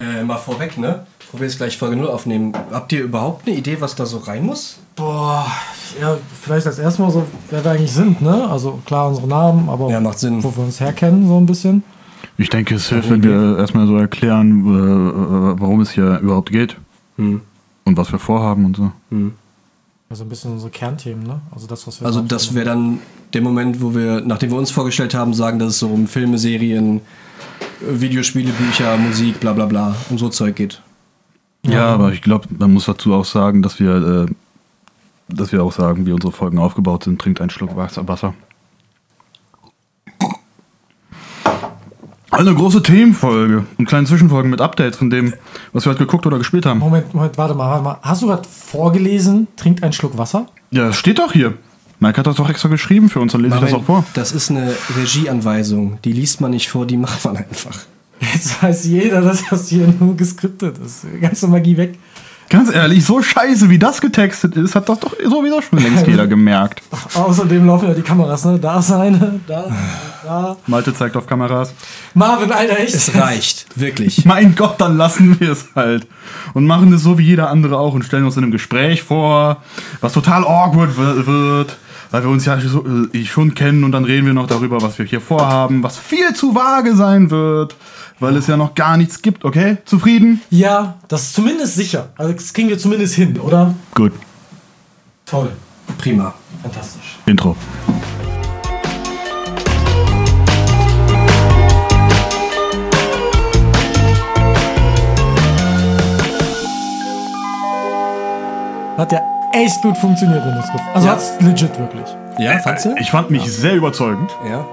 Äh, mal vorweg, ne? Wo wir jetzt gleich Folge 0 aufnehmen. Habt ihr überhaupt eine Idee, was da so rein muss? Boah, ja, vielleicht als erstmal so, wer wir eigentlich sind, ne? Also klar, unsere Namen, aber Ja, macht Sinn. wo wir uns herkennen, so ein bisschen. Ich denke, es hilft, wenn wir erstmal so erklären, äh, warum es hier überhaupt geht und was wir vorhaben und so. Also ein bisschen unsere Kernthemen, ne? Also das, was wir Also sonst das immer- wäre dann der Moment, wo wir, nachdem wir uns vorgestellt haben, sagen, dass es so um Filme, Serien, äh, Videospiele, Bücher, Musik, bla bla bla, um so Zeug geht. Ja, aber ich glaube, man muss dazu auch sagen, dass wir, äh, dass wir auch sagen, wie unsere Folgen aufgebaut sind. Trinkt einen Schluck Wasser. Wasser. Eine große Themenfolge und kleine Zwischenfolgen mit Updates von dem, was wir heute geguckt oder gespielt haben. Moment, Moment, warte mal, warte mal. Hast du gerade vorgelesen, trinkt einen Schluck Wasser? Ja, das steht doch hier. Mike hat das doch extra geschrieben für uns, dann lese ich das auch vor. das ist eine Regieanweisung. Die liest man nicht vor, die macht man einfach. Jetzt weiß jeder, dass das hier nur geskriptet ist. Ganze Magie weg. Ganz ehrlich, so scheiße wie das getextet ist, hat das doch sowieso schon längst jeder gemerkt. Außerdem laufen ja die Kameras, ne? Da ist eine, da, da. Malte zeigt auf Kameras. Marvin, Alter, echt. Es reicht, wirklich. Mein Gott, dann lassen wir es halt. Und machen es so wie jeder andere auch und stellen uns in einem Gespräch vor, was total awkward wi- wird, weil wir uns ja so- äh, schon kennen und dann reden wir noch darüber, was wir hier vorhaben, was viel zu vage sein wird, weil es ja noch gar nichts gibt, okay? Zufrieden? Ja, das ist zumindest sicher. Also das kriegen wir zumindest hin, oder? Gut. Toll. Prima. Fantastisch. Intro. Hat ja echt gut funktioniert, Windows Griff. Also Ja. hat's legit wirklich. Ja, fandst du? äh, Ich fand mich sehr überzeugend. Ja.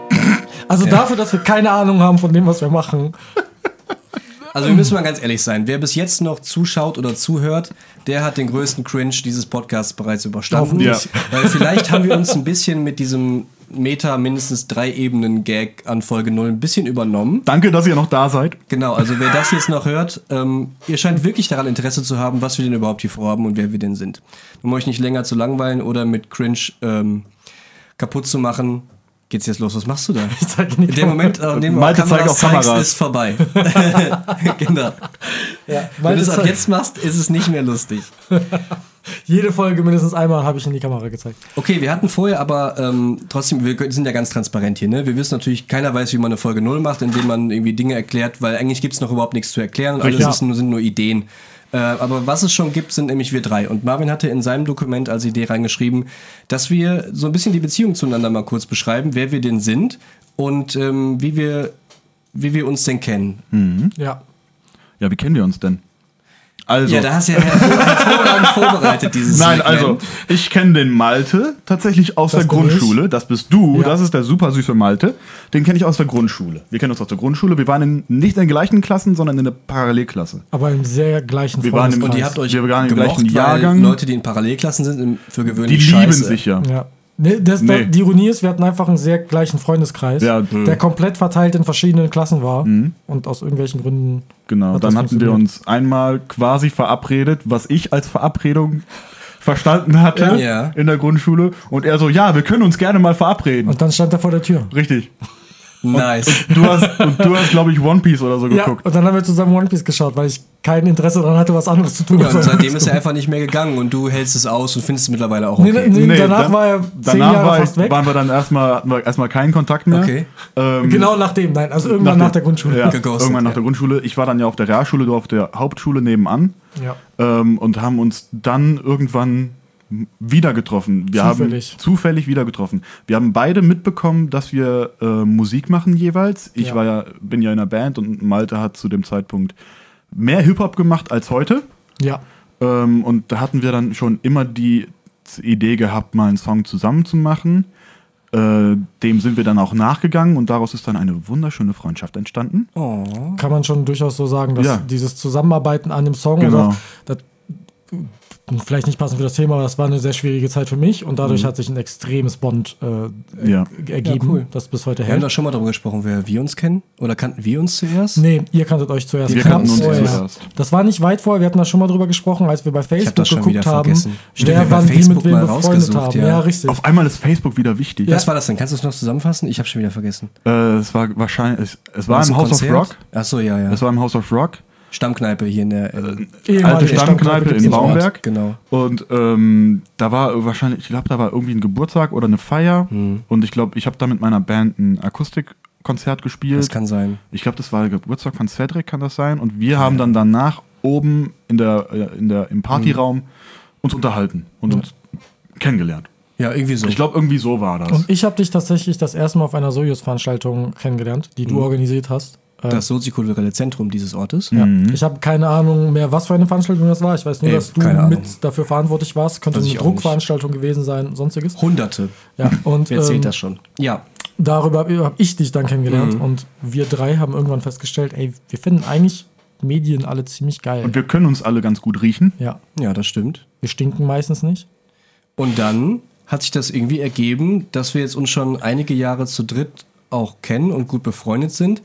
Also dafür, dass wir keine Ahnung haben von dem, was wir machen. Also wir müssen mal ganz ehrlich sein. Wer bis jetzt noch zuschaut oder zuhört, der hat den größten Cringe dieses Podcasts bereits überstanden. Hoffentlich. Ja. Weil vielleicht haben wir uns ein bisschen mit diesem Meta mindestens drei Ebenen Gag an Folge 0 ein bisschen übernommen. Danke, dass ihr noch da seid. Genau, also wer das jetzt noch hört, ähm, ihr scheint wirklich daran Interesse zu haben, was wir denn überhaupt hier vorhaben und wer wir denn sind. Um euch nicht länger zu langweilen oder mit Cringe ähm, kaputt zu machen, geht's jetzt los. Was machst du da? Ich zeig in die Der Kamera. Moment, äh, an dem du Malte auf Kameras zeigt auf zeigst, Kameras. ist vorbei. genau. Ja, Wenn du meine es ab Zeit. jetzt machst, ist es nicht mehr lustig. Jede Folge mindestens einmal habe ich in die Kamera gezeigt. Okay, wir hatten vorher aber ähm, trotzdem, wir sind ja ganz transparent hier, ne? Wir wissen natürlich, keiner weiß, wie man eine Folge 0 macht, indem man irgendwie Dinge erklärt, weil eigentlich gibt's noch überhaupt nichts zu erklären und alles Richtig. ist nur, sind nur Ideen. Äh, aber was es schon gibt, sind nämlich wir drei. Und Marvin hatte in seinem Dokument als Idee reingeschrieben, dass wir so ein bisschen die Beziehung zueinander mal kurz beschreiben, wer wir denn sind und ähm, wie wir wie wir uns denn kennen. Mhm. Hm? Ja. Ja, wie kennen wir uns denn? Also, Ja, da hast du ja hervorragend vorbereitet dieses Nein, Segment. also, ich kenne den Malte tatsächlich aus Das der bin ich. Grundschule. Das bist du. Ja. Das ist der super süße Malte. Den kenne ich aus der Grundschule. Wir kennen uns aus der Grundschule. Wir waren in, nicht in den gleichen Klassen, sondern in der Parallelklasse. Aber im sehr gleichen Wir waren im- Und Freundeskreis. ihr habt euch Wir waren im gemocht, gleichen weil Jahrgang. Leute, die in Parallelklassen sind, im- für Die gewöhnlich lieben scheiße. sich ja. Ja. Nee, das, Nee. Die Ironie ist, wir hatten einfach einen sehr gleichen Freundeskreis, Ja, hm. der komplett verteilt in verschiedenen Klassen war und aus irgendwelchen Gründen. Genau. hat das Dann hatten wir funktioniert. uns einmal quasi verabredet, was ich als Verabredung verstanden hatte Ja. in der Grundschule. Und er so, ja, wir können uns gerne mal verabreden. Und dann stand er vor der Tür. Richtig. Nice. Du hast, und du hast, glaube ich, One Piece oder so Ja, geguckt. und dann haben wir zusammen One Piece geschaut, weil ich kein Interesse daran hatte, was anderes zu tun. Ja, und als seitdem ist er einfach nicht mehr gegangen und du hältst es aus und findest es mittlerweile auch Nee, okay. nee, nee, danach dann- war er zehn danach Jahre war ich, fast weg. waren wir dann erstmal, hatten wir erstmal keinen Kontakt mehr. Okay. Ähm, Genau nach dem, nein, also irgendwann nach, der dem- Grundschule. Ja, Geghostet, irgendwann nach ja. der Grundschule. Ich war dann ja auf der Realschule, du auf der Hauptschule nebenan. Ja. Ähm, und haben uns dann irgendwann wieder getroffen. Wir Zufällig. Haben zufällig wieder getroffen. Wir haben beide mitbekommen, dass wir äh, Musik machen jeweils. Ich Ja. war ja, bin ja in einer Band und Malte hat zu dem Zeitpunkt mehr Hip-Hop gemacht als heute. ja. Ähm, und da hatten wir dann schon immer die Idee gehabt, mal einen Song zusammen zu machen. Äh, dem sind wir dann auch nachgegangen und daraus ist dann eine wunderschöne Freundschaft entstanden. Oh. Kann man schon durchaus so sagen, dass Ja. dieses Zusammenarbeiten an dem Song, Genau. oder das hm, vielleicht nicht passend für das Thema, aber das war eine sehr schwierige Zeit für mich und dadurch hat sich ein extremes Bond äh, Ja. ergeben, Ja, cool. das bis heute Wir haben hält. da schon mal drüber gesprochen, wer wir uns kennen. Oder kannten wir uns zuerst? Nee, ihr kanntet euch zuerst. Wir knapp kannten uns vorher. zuerst. Das war nicht weit vorher, wir hatten da schon mal drüber gesprochen, als wir bei Facebook das schon geguckt wieder haben, vergessen. Stimmt, wer wir haben wann wie Facebook mit wem mal befreundet rausgesucht, haben. ja. Ja, richtig. Auf einmal ist Facebook wieder wichtig. Was war das denn? Kannst du es noch zusammenfassen? Ich habe schon wieder vergessen. Äh, es war wahrscheinlich. Es, es war War's im ein House Konzert? of Rock. Ach so, ja, ja. Es war im House of Rock. Stammkneipe hier in der äh, alte Ehemalige Stammkneipe in gibt's auch. Baumberg. Genau. Und ähm, da war wahrscheinlich, ich glaube, da war irgendwie ein Geburtstag oder eine Feier. Hm. Und ich glaube, ich habe da mit meiner Band ein Akustikkonzert Das gespielt. kann sein. Ich glaube, das war der Geburtstag von Cedric, kann das sein? Und wir haben dann danach oben in der, äh, in der, im Partyraum uns unterhalten und uns kennengelernt. Ja, irgendwie so. Ich glaube, irgendwie so war das. Und ich habe dich tatsächlich das erste Mal auf einer Sojus-Veranstaltung kennengelernt, die Mhm. du organisiert hast. Äh, das soziokulturelle Zentrum dieses Ortes. ja. Ich habe keine Ahnung mehr, was für eine Veranstaltung das war. Ich weiß nur, Ey, dass du keine Ahnung. mit dafür verantwortlich warst. Könnte Weiß eine ich auch nicht. Druckveranstaltung gewesen sein und sonstiges. Hunderte. Ja, und Wer ähm, zählt das Mhm. schon? Ja. darüber habe hab ich dich dann kennengelernt. Und wir drei haben irgendwann festgestellt, ey, wir finden eigentlich Medien alle ziemlich geil. Und wir können uns alle ganz gut riechen. ja, Ja, das stimmt. wir stinken meistens nicht. Und dann hat sich das irgendwie ergeben, dass wir jetzt uns schon einige Jahre zu dritt auch kennen und gut befreundet sind.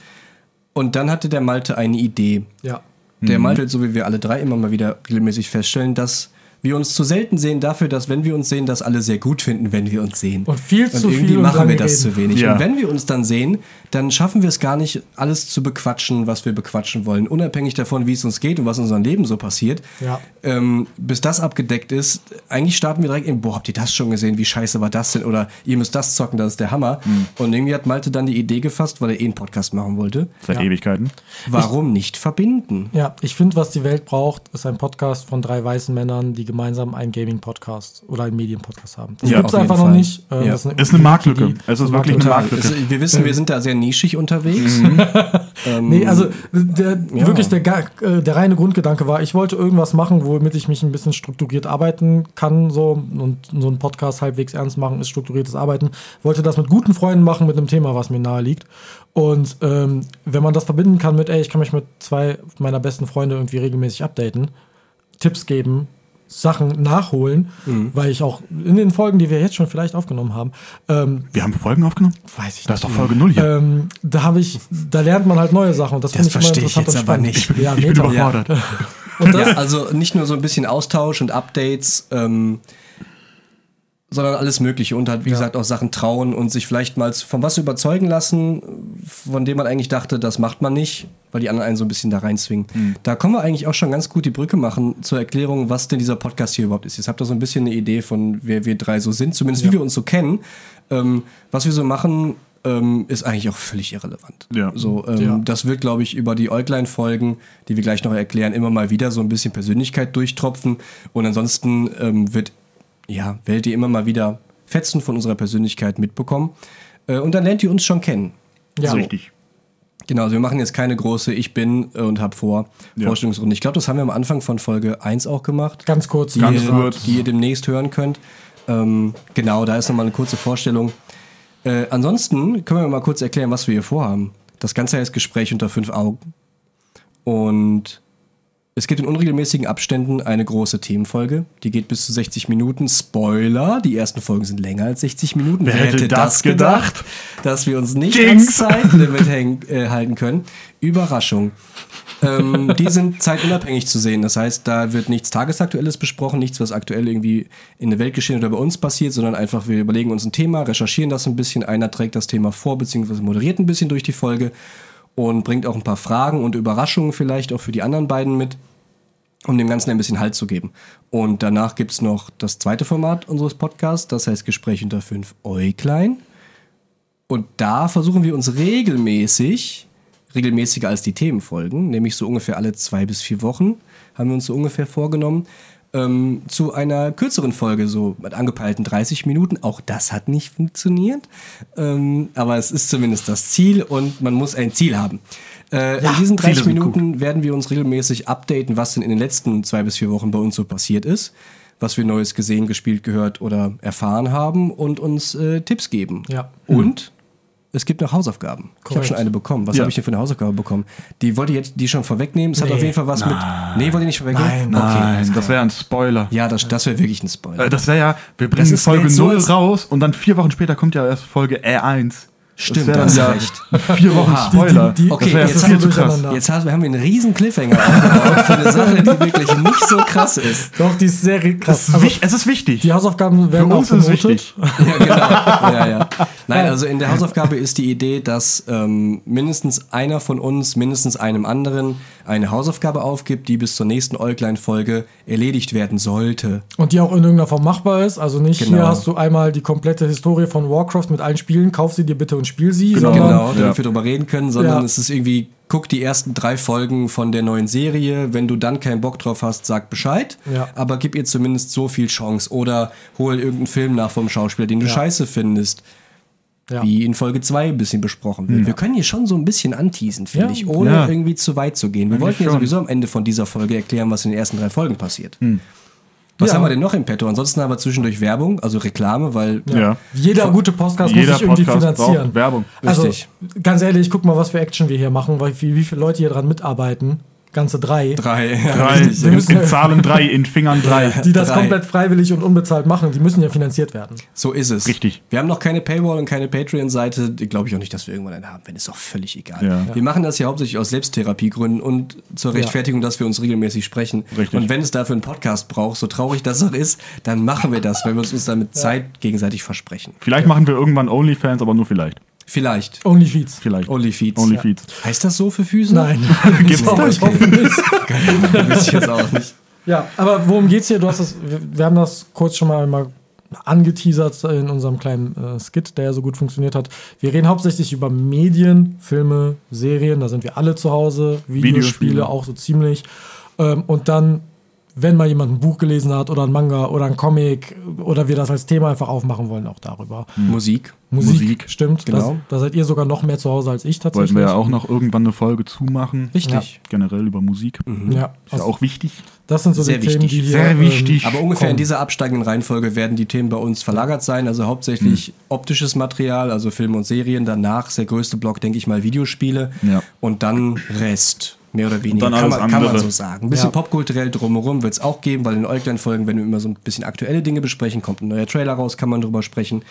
Und dann hatte der Malte eine Idee. Ja. Der Malte, so wie wir alle drei immer mal wieder regelmäßig feststellen, dass wir uns zu selten sehen dafür, dass wenn wir uns sehen, das alle sehr gut finden, wenn wir uns sehen. Und viel zu irgendwie viel und machen wir lange das reden. zu wenig. Ja. Und wenn wir uns dann sehen, dann schaffen wir es gar nicht, alles zu bequatschen, was wir bequatschen wollen. Unabhängig davon, wie es uns geht und was in unserem Leben so passiert. Ja. Ähm, bis das abgedeckt ist, eigentlich starten wir direkt in, boah, habt ihr das schon gesehen? Wie scheiße war das denn? Oder ihr müsst das zocken, das ist der Hammer. Und irgendwie hat Malte dann die Idee gefasst, weil er eh einen Podcast machen wollte. Seit Ja. Ewigkeiten. Warum nicht verbinden? Ja, ich finde, was die Welt braucht, ist ein Podcast von drei weißen Männern, die gemeinsam einen Gaming-Podcast oder einen Medien-Podcast haben. Das Ja, gibt's auf jeden einfach noch Fall. nicht. Äh, Ja. das eine, Ist eine Marktlücke. Es ist wirklich eine Total. Marktlücke. Es- also, wir wissen, wir sind da sehr nischig unterwegs. Nee, also der, wirklich der, gar- äh, der reine Grundgedanke war, ich wollte irgendwas machen, womit ich mich ein bisschen strukturiert arbeiten kann. So, und so ein Podcast halbwegs ernst machen ist strukturiertes Arbeiten. Wollte das mit guten Freunden machen, mit einem Thema, was mir nahe liegt. Und ähm, wenn man das verbinden kann mit, ey, ich kann mich mit zwei meiner besten Freunde irgendwie regelmäßig updaten, Tipps geben, Sachen nachholen, weil ich auch in den Folgen, die wir jetzt schon vielleicht aufgenommen haben, ähm, Wir haben Folgen aufgenommen? weiß ich Das ist doch nicht. Folge 0 hier. Ähm, da habe ich, da lernt man halt neue Sachen und das, Das finde ich immer verstehe ich interessant jetzt und aber nicht. spannend. Ja, ich bin mega. überfordert. Und das, ja, also nicht nur so ein bisschen Austausch und Updates, ähm, sondern alles Mögliche und halt, wie gesagt, auch Sachen trauen und sich vielleicht mal von was überzeugen lassen, von dem man eigentlich dachte, das macht man nicht, weil die anderen einen so ein bisschen da reinzwingen. Da können wir eigentlich auch schon ganz gut die Brücke machen zur Erklärung, was denn dieser Podcast hier überhaupt ist. Jetzt habt ihr so ein bisschen eine Idee von, wer wir drei so sind, zumindest wie wir uns so kennen. Ähm, was wir so machen, ähm, ist eigentlich auch völlig irrelevant. Ja. So, ähm, Ja. Das wird, glaube ich, über die Euglein-Folgen, die wir gleich noch erklären, immer mal wieder so ein bisschen Persönlichkeit durchtropfen. Und ansonsten ähm, wird, ja, werdet ihr immer mal wieder Fetzen von unserer Persönlichkeit mitbekommen. Äh, und dann lernt ihr uns schon kennen. ja. ist richtig. Genau, also wir machen jetzt keine große Ich bin äh, und hab vor Ja. Vorstellungsrunde. Ich glaube, das haben wir am Anfang von Folge 1 auch gemacht Ganz kurz. Ganz die, kurz. die ihr demnächst hören könnt. Ähm, genau, da ist nochmal eine kurze Vorstellung. Äh, ansonsten können wir mal kurz erklären, was wir hier vorhaben. Das Ganze heißt Gespräch unter fünf Augen. Und es gibt in unregelmäßigen Abständen eine große Themenfolge. Die geht bis zu 60 Minuten. Spoiler, die ersten Folgen sind länger als 60 Minuten. Wer hätte das gedacht? Dass wir uns nicht Jinx. Jinx. ans Zeitlimit häng, äh, halten können. Überraschung. ähm, die sind zeitunabhängig zu sehen. Das heißt, da wird nichts Tagesaktuelles besprochen, nichts, was aktuell irgendwie in der Welt geschehen oder bei uns passiert, sondern einfach, wir überlegen uns ein Thema, recherchieren das ein bisschen, einer trägt das Thema vor, beziehungsweise moderiert ein bisschen durch die Folge und bringt auch ein paar Fragen und Überraschungen vielleicht auch für die anderen beiden mit, um dem Ganzen ein bisschen Halt zu geben. Und danach gibt es noch das zweite Format unseres Podcasts, das heißt Gespräch unter fünf Äuglein. Und da versuchen wir uns regelmäßig, regelmäßiger als die Themenfolgen, nämlich so ungefähr alle zwei bis vier Wochen, haben wir uns so ungefähr vorgenommen, ähm, zu einer kürzeren Folge, so mit angepeilten 30 Minuten. Auch das hat nicht funktioniert, ähm, aber es ist zumindest das Ziel und man muss ein Ziel haben. Äh, in diesen Ziele 30 sind Minuten werden wir uns regelmäßig updaten, was denn in den letzten zwei bis vier Wochen bei uns so passiert ist, was wir Neues gesehen, gespielt, gehört oder erfahren haben und uns äh, Tipps geben. Ja. Und es gibt noch Hausaufgaben. Ich habe Korrekt. schon eine bekommen. Was Ja. habe ich denn für eine Hausaufgabe bekommen? Die wollte ich jetzt die schon vorwegnehmen. Es hat Nee. auf jeden Fall was mit. Nee, wollte ich nicht vorwegnehmen. Nein, okay. Nein, das wäre ein Spoiler. Ja, das, das wäre wirklich ein Spoiler. Äh, Das wäre ja, wir bringen ist, Folge wenn's so 0 ist- raus und dann vier Wochen später kommt ja erst Folge R1. Stimmt, das hast wäre dann recht. ja vier Wochen Oha. Spoiler. Die- die- das Okay, wäre jetzt jetzt haben viel wir zu krass. durcheinander. Jetzt haben, haben wir einen riesen Cliffhanger aufgebaut für eine Sache, die wirklich nicht so krass ist. Doch, die ist sehr krass. Es ist Also, wich- es ist wichtig. die Hausaufgaben werden Für auch uns ist es benotet. wichtig. Ja, genau. ja, ja. Nein, also in der Hausaufgabe ist die Idee, dass ähm, mindestens einer von uns, mindestens einem anderen, eine Hausaufgabe aufgibt, die bis zur nächsten Euglein-Folge erledigt werden sollte. Und die auch in irgendeiner Form machbar ist. Also nicht, Genau. hier hast du einmal die komplette Historie von Warcraft mit allen Spielen, kauf sie dir bitte und spiel sie. Genau. sondern Genau, damit Ja. wir drüber reden können, sondern Oh Ja. es ist irgendwie, guck die ersten drei Folgen von der neuen Serie. Wenn du dann keinen Bock drauf hast, sag Bescheid. Ja. Aber gib ihr zumindest so viel Chance. Oder hol irgendeinen Film nach vom Schauspieler, den du scheiße findest. Genau. Ja. Wie in Folge 2 ein bisschen besprochen wird. Wir können hier schon so ein bisschen anteasen, finde Ja. ich, ohne Hm. Ja. irgendwie zu weit zu gehen. Wir wollten ja schon. Hm. sowieso am Ende von dieser Folge erklären, was in den ersten drei Folgen passiert. Was Ja. haben wir denn noch im Petto? Ansonsten haben wir zwischendurch Werbung, also Reklame, weil Ja. Jeder gute Podcast Jeder muss sich irgendwie Podcast braucht finanzieren. Werbung. Also, Richtig. ganz ehrlich, guck mal, was für Action wir hier machen, weil wie, wie viele Leute hier dran mitarbeiten. Ganze drei. drei. Drei, Richtig. Wir in, müssen- in Zahlen drei, in Fingern drei. Die das Drei. komplett freiwillig und unbezahlt machen, die müssen ja finanziert werden. So ist es. Richtig. Wir haben noch keine Paywall und keine Patreon-Seite. Glaube ich auch nicht, dass wir irgendwann eine haben. Wenn ist auch völlig egal. Ja. Wir machen das ja hauptsächlich aus Selbsttherapiegründen und zur Rechtfertigung, dass wir uns regelmäßig sprechen. Richtig. Und wenn es dafür einen Podcast braucht, so traurig das auch ist, dann machen wir das, weil wir uns uns damit Zeit gegenseitig versprechen. Vielleicht machen wir irgendwann Onlyfans, aber nur vielleicht. Vielleicht. Onlyfeeds. Vielleicht. Onlyfeeds. Onlyfeeds. Heißt das so für Füße? Nein. ich Gibt's hoffe, das? ich hoffe nicht. Weiß ich jetzt auch nicht. Ja, aber worum geht's hier? Du hast das, wir wir haben das kurz schon mal, mal angeteasert in unserem kleinen äh, Skit, der ja so gut funktioniert hat. Wir reden hauptsächlich über Medien, Filme, Serien, da sind wir alle zu Hause, Videospiele, Videospiele. auch so ziemlich. Ähm, und dann, wenn mal jemand ein Buch gelesen hat oder ein Manga oder ein Comic oder wir das als Thema einfach aufmachen wollen, auch darüber. Musik. Musik, Hm. Musik, stimmt. genau. Das, da seid ihr sogar noch mehr zu Hause als ich tatsächlich. Wollten wir ja auch noch irgendwann eine Folge zumachen. Richtig. Generell über Musik. Ja, Ist ja auch wichtig. das sind so Sehr die Themen, wichtig. die hier, Sehr ähm, wichtig. Aber ungefähr in Komm. dieser absteigenden Reihenfolge werden die Themen bei uns verlagert sein. Also Hm. hauptsächlich optisches Material, also Filme und Serien. Danach ist der größte Block, denke ich mal, Videospiele. Ja. Und dann Rest. Mehr oder weniger. dann kann, alles man, kann man andere. so sagen. Ein bisschen Ja. popkulturell drumherum wird es auch geben, weil in Euglein-Folgen, wenn wir immer so ein bisschen aktuelle Dinge besprechen, kommt ein neuer Trailer raus, kann man drüber sprechen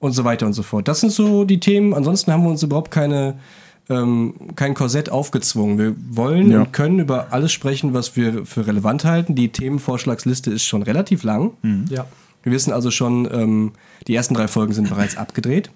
und so weiter und so fort. Das sind so die Themen. Ansonsten haben wir uns überhaupt keine, ähm, kein Korsett aufgezwungen. Wir wollen Ja. und können über alles sprechen, was wir für relevant halten. Die Themenvorschlagsliste ist schon relativ lang. ja. Wir wissen also schon, ähm, die ersten drei Folgen sind bereits abgedreht.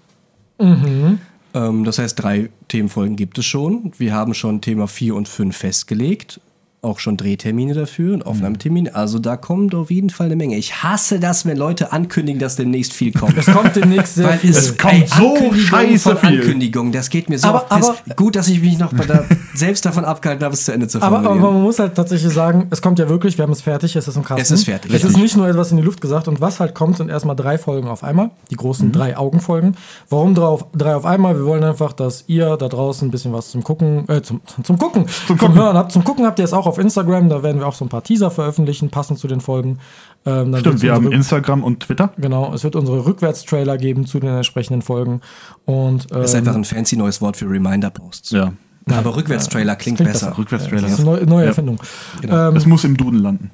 Ähm, das heißt, drei Themenfolgen gibt es schon. Wir haben schon Thema 4 und 5 festgelegt. Auch schon Drehtermine dafür und Aufnahmetermine. Also da kommt auf jeden Fall eine Menge. Ich hasse das, wenn Leute ankündigen, dass demnächst viel kommt. Es kommt demnächst sehr Weil viel. es kommt ey, so Ankündigung scheiße von viel. Ankündigung. Das geht mir so Aber- auf den Piss. aber- Gut, dass ich mich noch bei der, selbst davon abgehalten habe, es zu Ende zu Aber, formulieren. aber man muss halt tatsächlich sagen, es kommt ja wirklich, wir haben es fertig, es ist im Kasten. Es ist fertig. Es ist Richtig. nicht nur etwas in die Luft gesagt und was halt kommt, sind erstmal drei Folgen auf einmal, die Mhm. großen drei Augenfolgen. Warum drauf, drei auf einmal? Wir wollen einfach, dass ihr da draußen ein bisschen was zum Gucken, äh, zum, zum Gucken, zum, Hören habt. Zum Gucken habt ihr es auch auf Instagram, da werden wir auch so ein paar Teaser veröffentlichen, passend zu den Folgen. Ähm, dann Stimmt, wird's wir haben unsere, Instagram und Twitter. Genau, es wird unsere Rückwärtstrailer geben zu den entsprechenden Folgen. Und, ähm, das ist einfach ein fancy neues Wort für Reminder-Posts. Ja. Aber Rückwärtstrailer Genau. klingt, klingt besser. Rückwärtstrailer. das ist eine neue, neue Ja. Erfindung. Ähm, Es muss im Duden landen.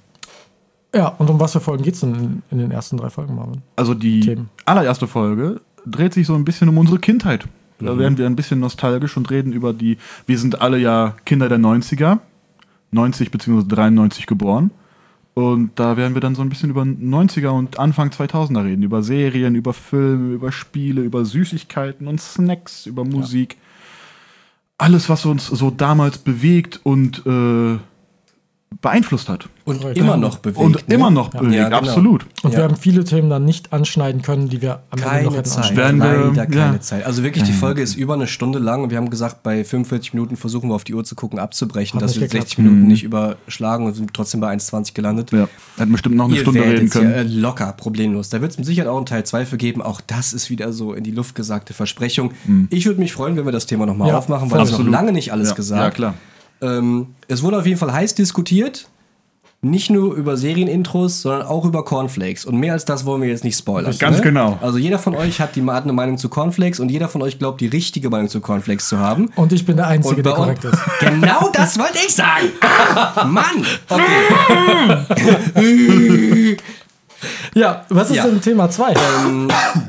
ja, und um was für Folgen geht es denn in, in den ersten drei Folgen, Marvin? Also die Themen. allererste Folge dreht sich so ein bisschen um unsere Kindheit. Da Mhm. werden wir ein bisschen nostalgisch und reden über die, wir sind alle ja Kinder der 90er, 90 bzw. 93 geboren. Und da werden wir dann so ein bisschen über 90er und Anfang 2000er reden. Über Serien, über Filme, über Spiele, über Süßigkeiten und Snacks, über Musik. Alles, was uns so damals bewegt und äh, beeinflusst hat. Und Korrekt. immer noch bewegt. und ne? immer noch bewegt, Ja, genau. absolut. Und wir Ja. haben viele Themen dann nicht anschneiden können, die wir am Ende noch Keine hätten Zeit. anschneiden. Werden wir- leider ja. keine Zeit. Also wirklich, die Folge ist über eine Stunde lang und wir haben gesagt, bei 45 Minuten versuchen wir auf die Uhr zu gucken, abzubrechen, Hat dass nicht wir geklappt. 60 Minuten nicht überschlagen und sind trotzdem bei 1,20 gelandet. Mhm. Ja, hätten bestimmt noch eine Ihr Stunde werdet reden es ja, können. äh, locker, problemlos. Da wird es mit Sicherheit auch einen Teil 2 für geben. Auch das ist wieder so in die Luft gesagte Versprechung. Ich würde mich freuen, wenn wir das Thema nochmal Ja, aufmachen, weil es noch Mhm. absolut. lange nicht alles Ja, gesagt. ja, klar. Ähm, es wurde auf jeden Fall heiß diskutiert. Nicht nur über Serienintros, sondern auch über Cornflakes. Und mehr als das wollen wir jetzt nicht spoilern. Ganz ne? genau. Also jeder von euch hat, die, hat eine Meinung zu Cornflakes und jeder von euch glaubt, die richtige Meinung zu Cornflakes zu haben. Und ich bin Oh, der Einzige, Und der bei uns- korrekt ist. Genau das wollte ich sagen. Mann! Okay. Ja, was ist Ja. Ähm, denn Thema 2?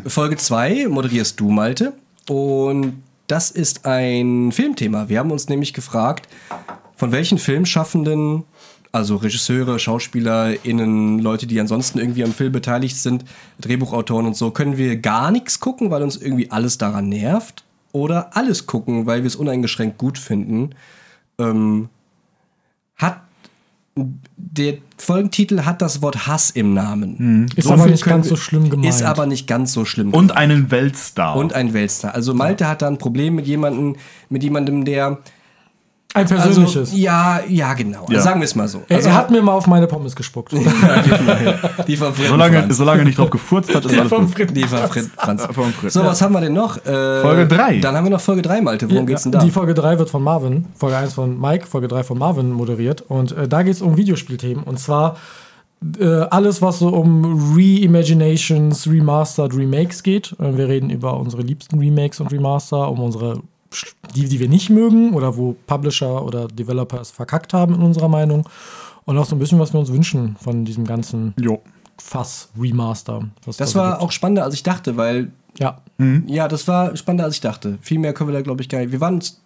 Folge 2 moderierst du, Malte. Und das ist ein Filmthema. Wir haben uns nämlich gefragt, von welchen Filmschaffenden, also Regisseure, SchauspielerInnen, Leute, die ansonsten irgendwie am Film beteiligt sind, Drehbuchautoren und so, können wir gar nichts gucken, weil uns irgendwie alles daran nervt? Oder alles gucken, weil wir es uneingeschränkt gut finden? Ähm, hat der Folgentitel hat das Wort Hass im Namen. Mhm. Ist aber viel nicht können ganz wir- so schlimm gemeint. Ist aber nicht ganz so schlimm. Und einen Weltstar. Und ein Weltstar. Also Malte hat da ein Problem mit jemandem, mit jemandem, der. Ein Also, persönliches. ja, ja, genau. Ja. Sagen wir es mal so. er, Also er hat mir mal auf meine Pommes gespuckt. die von Fritz solange, Franz. solange er nicht drauf gefurzt hat, ist alles gut. Die von Fritz Franz. Von Fritz. So, was haben wir denn noch? Äh, Folge drei. Dann haben wir noch Folge 3, Malte. Worum geht's denn da? Die Folge 3 wird von Marvin, Folge 1 von Mike, Folge 3 von Marvin moderiert. Und äh, da geht es um Videospielthemen. Und zwar äh, alles, was so um Reimaginations, Remastered, Remakes geht. Äh, wir reden über unsere liebsten Remakes und Remaster, um unsere, die, die wir nicht mögen oder wo Publisher oder Developer es verkackt haben in unserer Meinung. Und auch so ein bisschen, was wir uns wünschen von diesem ganzen Jo. Fass Remaster. was das da so war gibt. auch spannender, als ich dachte, weil. Ja. Mhm. Ja, das war spannender, als ich dachte. Viel mehr können wir da, glaube ich, gar nicht. Wir waren uns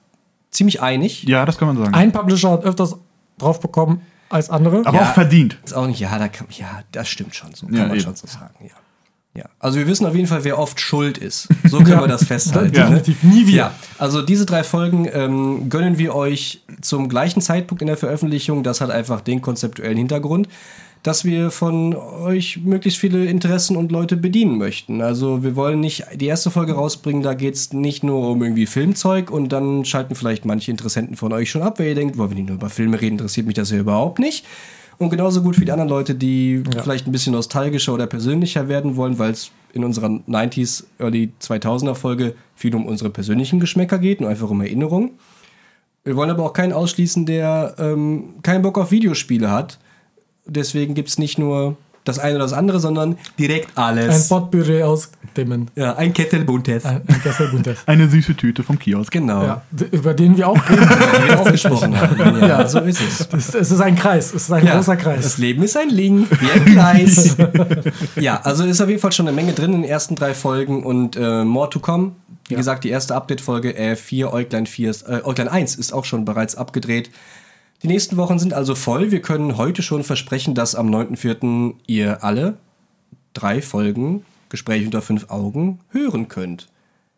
ziemlich einig. Ja, das kann man sagen. Ah, Ein Publisher hat öfters drauf bekommen als andere. Aber Ja. auch verdient. Ist auch nicht, ja, da kann, ja, das stimmt schon so. Kann Ja, man eben. schon so sagen, ja. Ja, also wir wissen auf jeden Fall, wer oft schuld ist. So können wir das festhalten. Ja. ne? Definitiv nie wir. Ja, also diese drei Folgen ähm, gönnen wir euch zum gleichen Zeitpunkt in der Veröffentlichung. Das hat einfach den konzeptuellen Hintergrund, dass wir von euch möglichst viele Interessen und Leute bedienen möchten. Also wir wollen nicht die erste Folge rausbringen, da geht es nicht nur um irgendwie Filmzeug und dann schalten vielleicht manche Interessenten von euch schon ab, weil ihr denkt, wollen wir nicht nur über Filme reden, interessiert mich das ja überhaupt nicht. Und genauso gut für die anderen Leute, die vielleicht ein bisschen nostalgischer oder persönlicher werden wollen, weil es in unserer 90s, Early 2000er Folge viel um unsere persönlichen Geschmäcker geht und einfach um Erinnerungen. Wir wollen aber auch keinen ausschließen, der ähm, keinen Bock auf Videospiele hat. Deswegen gibt es nicht nur das eine oder das andere, sondern direkt Ein alles. Potpourri aus Dimmen. ja, ein Kettelbuntes. Ein ein Kesselbuntes. Eine süße Tüte vom Kiosk. Genau. Ja, d- über den wir auch reden. Wie wir aufgesprochen haben. Ja, so ist es. Es, es ist ein Kreis, es ist ein Ja, großer Das Kreis. Leben ist ein Link, wie ein Gleis. ja, also ist auf jeden Fall schon eine Menge drin in den ersten drei Folgen und äh, more to come. Wie gesagt, die erste Update-Folge äh, 4, Euglein 4, ist- äh, Euglein 1 ist auch schon bereits abgedreht. Die nächsten Wochen sind also voll. Wir können heute schon versprechen, dass am 9.4. ihr alle drei Folgen Gespräch unter fünf Augen hören könnt.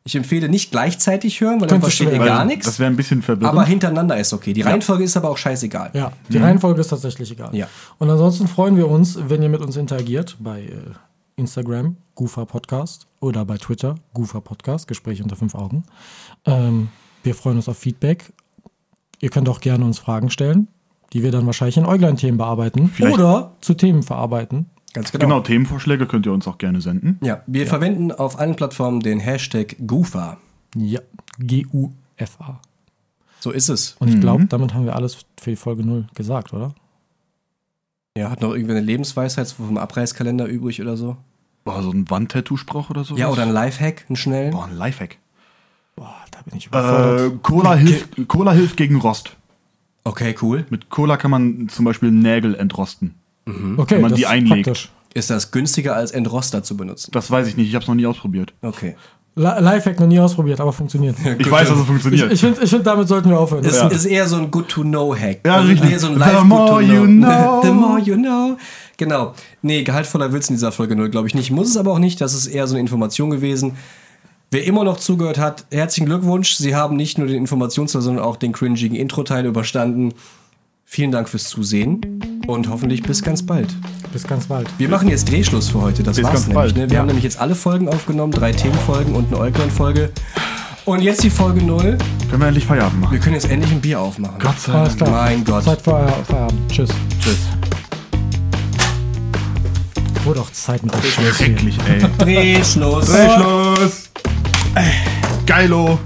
Ich empfehle nicht gleichzeitig hören, weil dann Könnte versteht ihr schwer gar Weil nichts. Das ne? wäre ein bisschen verwirrend. Aber hintereinander ist okay. Die Reihenfolge ist aber auch scheißegal. Ja, die Reihenfolge ist tatsächlich egal. Ja. Und ansonsten freuen wir uns, wenn ihr mit uns interagiert bei äh, Instagram, Goofer Podcast oder bei Twitter, Goofer Podcast, Gespräch unter fünf Augen. Ähm, wir freuen uns auf Feedback. Ihr könnt auch gerne uns Fragen stellen, die wir dann wahrscheinlich in Euglein-Themen bearbeiten oder zu Themen verarbeiten. Ganz genau, Themenvorschläge könnt ihr uns auch gerne senden. Ja, wir verwenden auf allen Plattformen den Hashtag Goofa. Ja, G-U-F-A. So ist es. Und ich glaube, damit haben wir alles für die Folge 0 gesagt, oder? Ja, hat noch irgendwie eine Lebensweisheit vom Abreißkalender übrig oder so? Boah, so ein Wandtattoo-Spruch oder so. Ja, oder ein Lifehack, einen schnellen. Boah, ein Lifehack. Boah, da bin ich Äh, Cola, hilft, Cola hilft gegen Rost. Okay, cool. Mit Cola kann man zum Beispiel Nägel entrosten. okay, wenn man das die ist einlegt. praktisch. Ist das günstiger als Endroster zu benutzen? Das weiß ich nicht, ich habe es noch nie ausprobiert. Okay. Li- Lifehack noch nie ausprobiert, aber funktioniert. Ich weiß, dass es Ich, funktioniert. ich finde, ich find, damit sollten wir aufhören. Ist, Ja. ist eher so ein Good-to-Know-Hack. Also Ja, richtig. Eher so ein The live more good to you know. The more you know. Genau. Nee, gehaltvoller wird's in dieser Folge 0, glaube ich nicht. Muss es aber auch nicht. Das ist eher so eine Information gewesen. Wer immer noch zugehört hat, herzlichen Glückwunsch. Sie haben nicht nur den Informationsteil, sondern auch den cringigen Intro-Teil überstanden. Vielen Dank fürs Zusehen und hoffentlich bis ganz bald. Bis ganz bald. Wir machen jetzt Drehschluss für heute. Das Bis war's ganz nämlich. bald. Ne? Wir haben nämlich jetzt alle Folgen aufgenommen, drei Themenfolgen und eine Euklein-Folge. Und jetzt die Folge 0. Können wir endlich Feierabend machen. Wir können jetzt endlich ein Bier aufmachen. Gott sei Alles klar. Mein Gott. Zeit für euer Feierabend. Tschüss. Tschüss. Wurde auch Zeit mit der Scheiße. hier. Schrecklich, ey. Drehschluss. Drehschluss! Geilo!